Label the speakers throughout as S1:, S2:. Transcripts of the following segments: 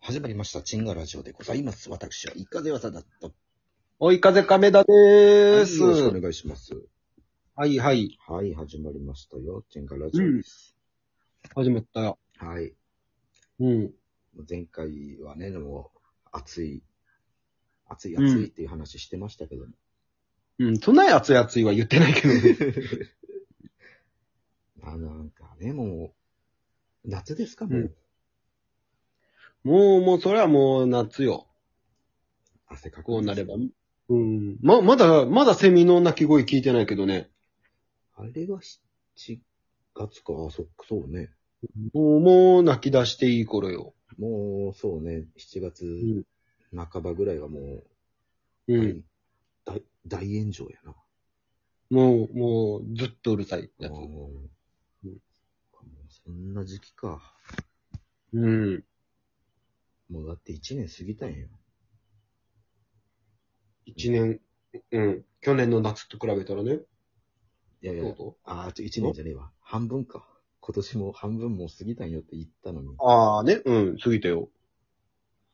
S1: 始まりました。チンガラジオでございます。私は、一家で噂だった。
S2: 追い風亀田で
S1: で
S2: ーす。
S1: よろしくお
S2: は
S1: 願いします。
S2: いはい。
S1: はい、始まりましたよ。チンガラジオです。
S2: 始まったよ。
S1: はい。
S2: うん。
S1: 前回はね、でも、暑い、暑い、暑
S2: うん
S1: いっていう話してましたけども。
S2: うん。そんなやつやついは言ってないけどね。
S1: あなんかね、もう、夏ですか、もう。
S2: うんもう、もう、それはもう夏よ。
S1: 汗かく。
S2: こうなれば。うん。ま、まだ、まだセミの鳴き声聞いてないけどね。
S1: あれは7月か。あ、そっか、そうね。
S2: もう、もう泣き出していい頃よ。
S1: もう、そうね、7月
S2: ん
S1: 半ばぐらいはもう、
S2: うん。
S1: 大大炎上やな。
S2: もう、もう、ずっとうるさいやつ。
S1: もう
S2: うん
S1: そんな時期か。
S2: うん。
S1: もうだって1年過ぎたんや。
S2: 一年、うん。去年の夏と比べたらね。
S1: いやい
S2: ど
S1: や
S2: う、ぞ
S1: ああ、ちょ、1年じゃねえわ。半分か。今年も半分もう過ぎたんよって言ったのに。
S2: ああ、ね。うん。過ぎたよ。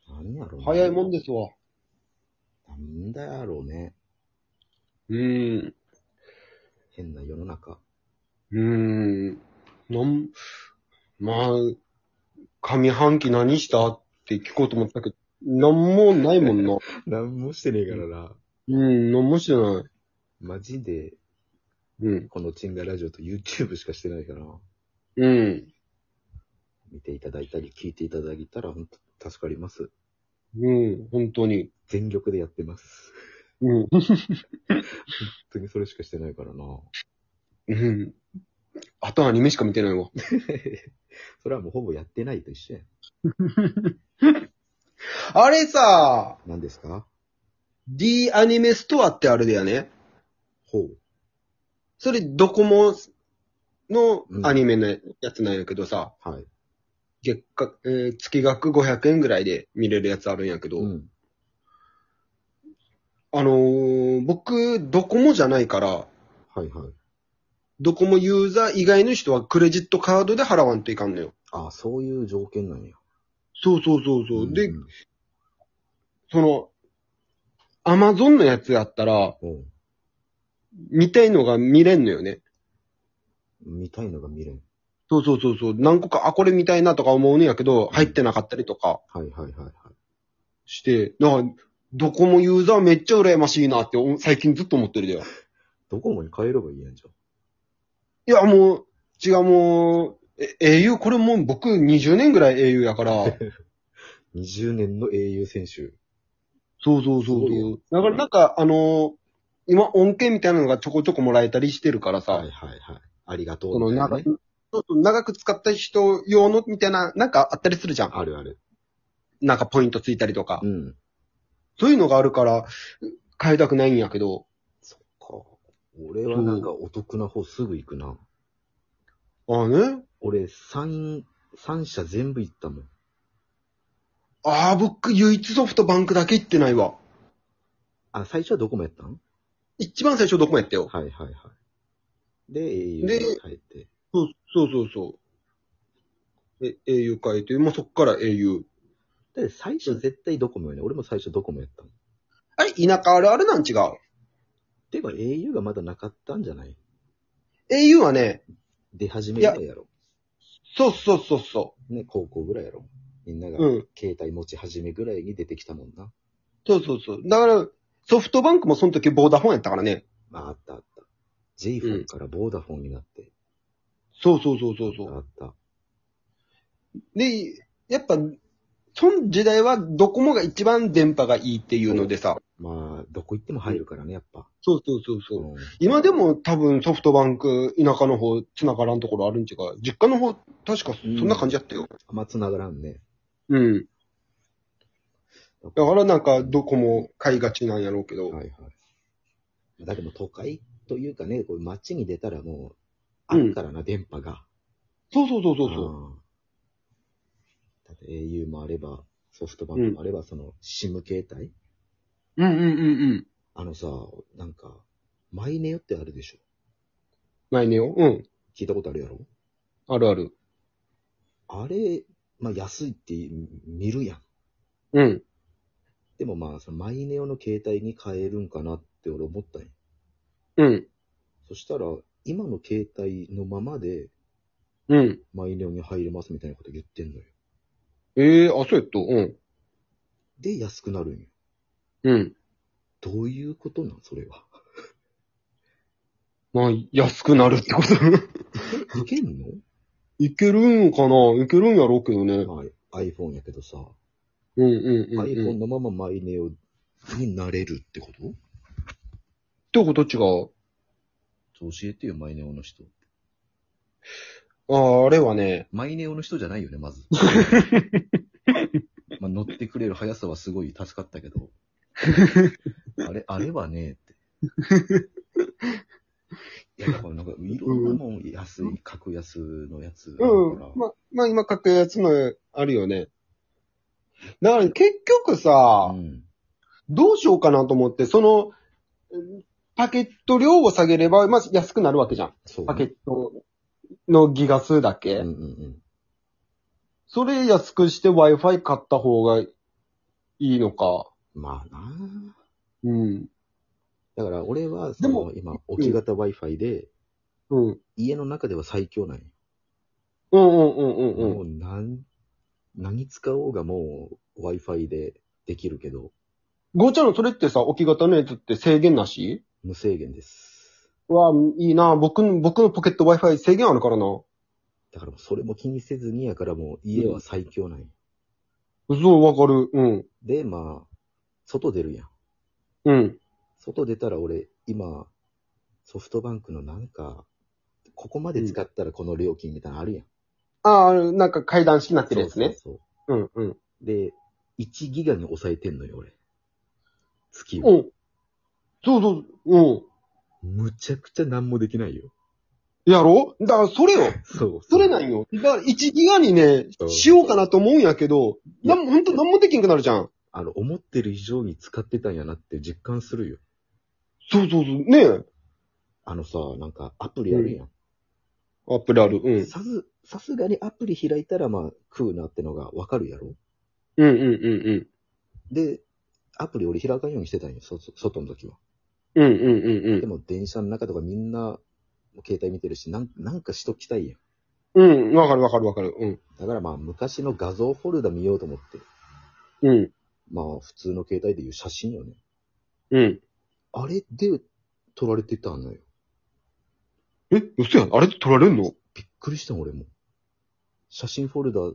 S1: 何やろう、
S2: 早いもんですわ。
S1: なんだやろうね。
S2: うん。
S1: 変な世の中。
S2: うーん。なん、まあ、上半期何したって聞こうと思ったけど、なんもないもん な。
S1: なんもしてねえからな。
S2: うん、なんもしてない。
S1: マジで、
S2: うん。
S1: このチンガラジオと YouTube しかしてないから、
S2: うん。
S1: 見ていただいたり聞いていただいたら本当助かります。
S2: うん、本当に。
S1: 全力でやってます。
S2: うん。
S1: 本当にそれしかしてないからな。
S2: うん。あとアニメしか見てないわ。
S1: それはもうほぼやってないと一緒やん。
S2: あれさ、
S1: 何ですか
S2: D アニメストアってあれだよね。
S1: ほう。
S2: それ、ドコモのアニメのやつなんやけどさ、
S1: はい。
S2: 月額、えー月額500円ぐらいで見れるやつあるんやけど、
S1: うん。
S2: あのー僕、ドコモじゃないから、
S1: はいはい。
S2: ドコモユーザー以外の人はクレジットカードで払わんといかんのよ。
S1: ああ、そういう条件なんや。
S2: そうそうそうそう。
S1: ん
S2: で
S1: う、ん
S2: その、アマゾンのやつやったら、
S1: おう
S2: 見たいのが見れんのよね。
S1: 見たいのが見れん。
S2: そうそうそうそう。何個か、あ、これ見たいなとか思うんやけど、入ってなかったりとか
S1: はいはいはいはい。
S2: して、なんか、ドコモユーザーめっちゃ羨ましいなってお最近ずっと思ってるだよ。
S1: ドコモに変えればいいやんじ
S2: いや、もう、違う、もう、え、au、これもう僕20年ぐらい au やから、
S1: ゃん。20年の英雄選手。
S2: そうそうそう
S1: すごい
S2: そ
S1: よ
S2: う。だからなんか、あのー今、恩恵みたいなのがちょこちょこもらえたりしてるからさ、
S1: はいはいはい。ありがと
S2: そうの
S1: みたい
S2: 長
S1: な
S2: く、
S1: ね。
S2: そうそう長く使った人用のみたいな、なんかあったりするじゃん。
S1: あるある。
S2: なんかポイントついたりとか。
S1: うん。
S2: そういうのがあるから、変えたくないんやけど、
S1: そっか。俺はなんかお得な方すぐ行くな。
S2: ああね。
S1: 俺、三、三社全部行ったもん。
S2: ああ、僕、唯一ソフトバンクだけ行ってないわ。
S1: あ、最初はドコモやったん
S2: 一番最初どこもやったよ。
S1: はいはいはい。で、英雄に
S2: で
S1: 変えて。
S2: そうそうそうそう。え、au 変えて、まあ、そっから au。
S1: で、最初絶対ドコモよね。俺も最初ドコモやったもん。
S2: あれ、田舎あるあるなん違う。
S1: てか au がまだなかったんじゃない
S2: au はね、
S1: 出始めぐらいやろ。
S2: そうそうそうそ
S1: ね、高校ぐらいやろ。みんなが
S2: う。うん。
S1: 携帯持ち始めぐらいに出てきたもんな。
S2: そうそうそう。だから、ソフトバンクもその時ボーダフォンやったからね。
S1: まあ、あったあった。j フォンからボーダフォンになって。
S2: そうそうそうそうそ
S1: あった。
S2: う。で、やっぱ、その時代はドコモが一番電波がいいっていうのでさ。
S1: まあ、どこ行っても入るからね、やっぱ。
S2: そうそうそうそう。
S1: うん
S2: 今でも多分ソフトバンク、田舎の方、繋がらんところあるんちゅうか、実家の方、確かそんな感じやったよ。
S1: あんま繋がらんね。
S2: うん。
S1: だ
S2: だからなんか、ドコモ買いがちなんやろうけど。
S1: はいはい。だけど都会というかね、こう街に出たらもう、あるからな、電波が。
S2: そうそうそうそうそう。
S1: うんだって au もあれば、ソフトバンクもあれば、その、SIM 携帯
S2: うんうんうんうん。
S1: あのさ、なんか、マイネオってあるでしょ
S2: ないねよ。うん。
S1: 聞いたことあるやろ
S2: あるある。
S1: あれ、まあ安いって見るやん。
S2: うん。
S1: でもまあ、そのマイネオの携帯に変えるんかなって俺思ったんよ
S2: うん。
S1: そしたら、今の携帯のままで
S2: うん。
S1: マイネオに入れますみたいなこと言ってんのよ。
S2: ええあ、そうやった。うん。
S1: で、安くなるんよ。
S2: うん。
S1: どういうことなんそれは。
S2: まあ、安くなるってこと。
S1: いけ んの
S2: いけるんかないけるんやろうけどね。
S1: まあ iPhone やけどさ、
S2: うんうんうん、うん。
S1: iPhone
S2: っ
S1: のままマイネオになれるってこと
S2: てこと違う。
S1: 教えてよ、マイネオの人。
S2: ああれはね、
S1: マイネオの人じゃないよね、まず。まあ乗ってくれる速さはすごい助かったけど。あれ、あれはねって。いや、だからなんか、いろんなもん、安い、格安のやつあ
S2: う
S1: る
S2: ん
S1: から。。
S2: ま、まあ、今書くやつもあるよね。だから結局さ、
S1: うん。
S2: どうしようかなと思って、その、うんパケット量を下げれば、まあ、安くなるわけじゃん。
S1: そう、
S2: パケットのギガ数だけ。
S1: うんうんうん。
S2: それ安くして Wi-Fi 買った方がいいのか。
S1: まあな
S2: うん。
S1: だから俺は、
S2: で
S1: そ
S2: も
S1: の、今、置き型 Wi-Fi で、
S2: うん。
S1: 家の中では最強なんよ。
S2: うんうんうんうんうん
S1: も。う、なん、何使おうがもう、Wi-Fi でできるけど、
S2: ゴーちゃんのそれってさ、置き型のやつって制限なし
S1: 無制限です。
S2: わあ、いいな。僕の、僕のポケット Wi-Fi 制限あるからな。
S1: だからもうそれも気にせずにやからもう家は最強なんよ。
S2: そう、わかる。うん。
S1: で、まあ、外出るやん。
S2: うん。
S1: 外出たら俺、今、ソフトバンクのなんか、ここまで使ったらこの料金みたいなのあるやん。
S2: ああ、なんか階段式になってるやつね。
S1: そうそう
S2: うんうん。
S1: そうで、1ギガに抑えてんのよ、俺。月
S2: う
S1: を。
S2: ん。そうそう、うん。
S1: むちゃくちゃ何もできないよ。
S2: やろだからそれよ。
S1: そう。
S2: それなんよ。だから1ギガにね
S1: う、ん
S2: しようかなと思うんやけど、
S1: いや
S2: なんも、ほんとなんもできんくなるじゃん。
S1: あの、思ってる以上に使ってたんやなって実感するよ。
S2: そうそうそう。ねえ。
S1: あのさ、なんかアプリあるやん。
S2: アップルある。うん。
S1: さす、さすがにアプリ開いたらまあ、食うなってのがわかるやろ
S2: うんうんうんうん。
S1: で、アプリ俺開かんようにしてたんよ、そそ外の時は。
S2: うんうんうん
S1: でも電車の中とかみんな携帯見てるし、なんなんかしときたいやん。
S2: うん。うん、わかるわかるわかる。うん。
S1: だからまあ昔の画像フォルダ見ようと思って、
S2: うん。
S1: まあ普通の携帯でいう写真よね。
S2: うん。
S1: あれで撮られてたのよ。
S2: え、嘘やん。あれって取られんの
S1: びっくりした俺も。写真フォルダ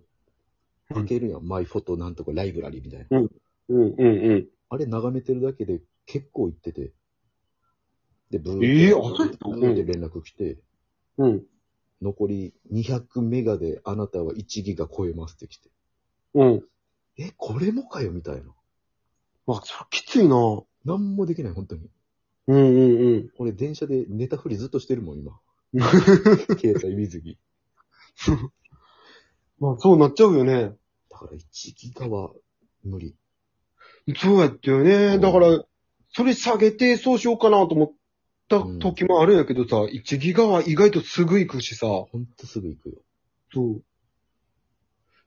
S1: 開けるやん。マイフォトなんとかライブラリみたいな。
S2: うんうんうん。
S1: あれ眺めてるだけで結構行ってて。で、ブー
S2: ええ
S1: ブ
S2: あそうやった
S1: ーって連絡来て。
S2: うん。
S1: 残り200メガであなたは1ギガ超えますってきて。
S2: うん。
S1: え、これもかよみたいな。
S2: まあ、それきついなうん
S1: なんもできない、本当に。
S2: うんうん。
S1: 俺、電車で寝たふりずっとしてるもん、 今。携帯水着。
S2: まあ、そうなっちゃうよね。
S1: だから1ギガは無理。
S2: そうやったよね。
S1: うん
S2: だから、それ下げてそうしようかなと思った時もあるんやけどさ、1ギガは意外とすぐ行くしさ。
S1: ほんとすぐ行くよ。
S2: そう。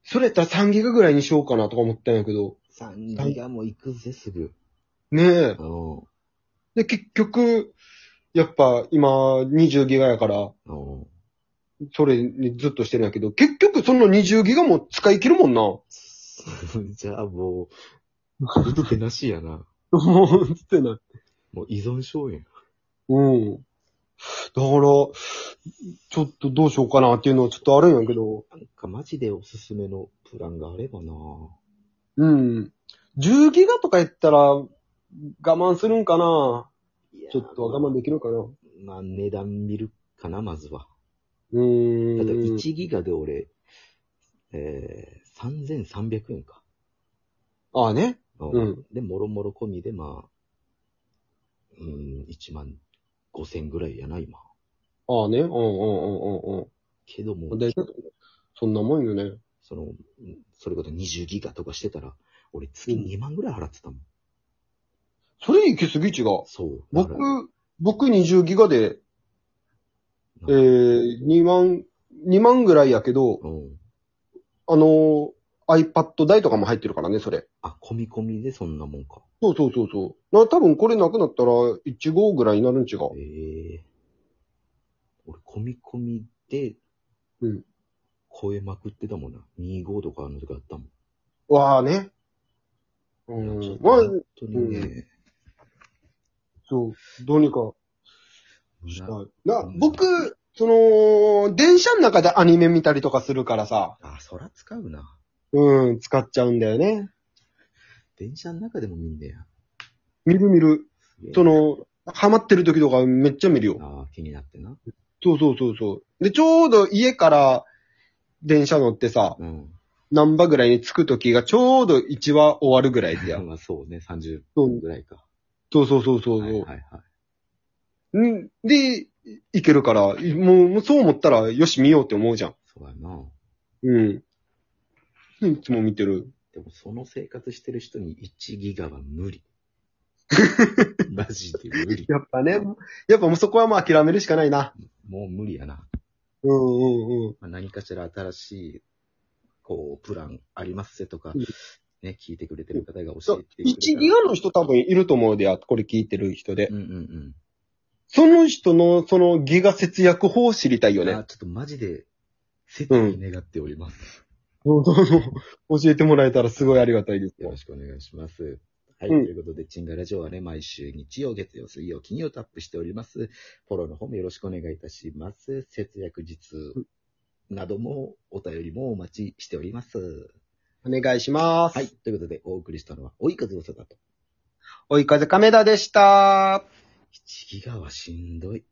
S2: それやったら3ギガぐらいにしようかなとか思ったんやけど。
S1: 3ギガも行くぜ、すぐ。
S2: ねえ
S1: う。ん。う
S2: で、結局、やっぱ今20ギガやから、
S1: ん。
S2: それにずっとしてるんやけど、結局その20ギガも使い切るもん な。
S1: じゃあもう、打ってなしやな。
S2: もう、つってない。
S1: もう依存症やん。
S2: うん。だから、ちょっとどうしようかなっていうのはちょっとあるんやけど。
S1: なんかマジでおすすめのプランがあればな
S2: うん。10ギガとかやったら、我慢するんかなちょっとは我慢できるかな
S1: まあ、値段見るかな、まずは。
S2: う
S1: だって
S2: ーん。
S1: 1ギガで俺、えー、3300円か。
S2: ああね。
S1: うんで、もろもろ込みで、まあ、うん、1万5000ぐらいやな、今。
S2: ああね。うんうんうんうん
S1: けど
S2: う
S1: も
S2: ん。、で、そんなもんよね。
S1: その、うんそれこそ20ギガとかしてたら、俺月
S2: うん
S1: 2万ぐらい払ってたもん。
S2: それ行き過ぎ違う。
S1: そう。だか
S2: 僕
S1: ら、
S2: 僕20ギガで、え
S1: なんか
S2: ー、2万、2万ぐらいやけど、
S1: うん。
S2: あのー iPad 代とかも入ってるからね、それ。
S1: あ、込み込みでそんなもんか。
S2: そうそうそうそう。な、多分これなくなったら、1号ぐらいになるん違う。
S1: ええ俺、込み込みで、
S2: うん。
S1: 超えまくってたもんな。25とかあの時あったもん。
S2: わあね。う
S1: いやちょっ
S2: ん。
S1: と
S2: まあ、
S1: 本当にね、
S2: そう、どうにかし
S1: な
S2: たい。な
S1: うん、
S2: 僕、その、電車の中でアニメ見たりとかするからさ、
S1: あ、そら使うな。
S2: うん、使っちゃうんだよね。
S1: 電車の中でも見んねや。
S2: 見る見る。
S1: すげえ
S2: そ、の、ハマってる時とかめっちゃ見るよ。
S1: ああ、気になってな。
S2: そうそうそうそう。で、ちょうど家から電車乗ってさ、
S1: うん。
S2: 何波ぐらいに着く時がちょうど1話終わるぐらいだ よ。
S1: まあそうね、30
S2: そう
S1: 分ぐらいか。
S2: そうそうそうそう。
S1: はいはいはい。
S2: んで、いけるから、もう、もうそう思ったら、よし見ようって思うじゃん。
S1: そうやな。
S2: うん。いつも見てる。
S1: でもその生活してる人に1ギガは無 理。マジで無理。
S2: やっぱね、やっぱもうそこはもう諦めるしかないな。
S1: もう無理やな。
S2: うんうんうん。
S1: まあ、何かしら新しい、こう、プランありますせとか
S2: うん、
S1: ね、聞いてくれてる方が
S2: そ
S1: 教
S2: う
S1: えてくれた
S2: 一ギガの人多分いると思うでや、これ聞いてる人で。
S1: うんうん
S2: その人の、そのギガ節約法を知りたいよ
S1: うん。
S2: ね
S1: あ、。ちょっとマジで、切に願っております。
S2: そうそうそう教えてもらえたらすごいありがたいです
S1: よ
S2: よ
S1: ろ。しくお願いします。はい、
S2: うん
S1: ということで、チンガラジオはね、毎週日曜、月曜、水曜、金曜とアップしております。フォローの方もよろしくお願いいたします。節約術なども、お便りもお待ちしております。
S2: お願いします。
S1: はい、ということで、お送りしたのは、追い風をさだと。
S2: 追い風亀田でした。
S1: 1ギガはしんどい。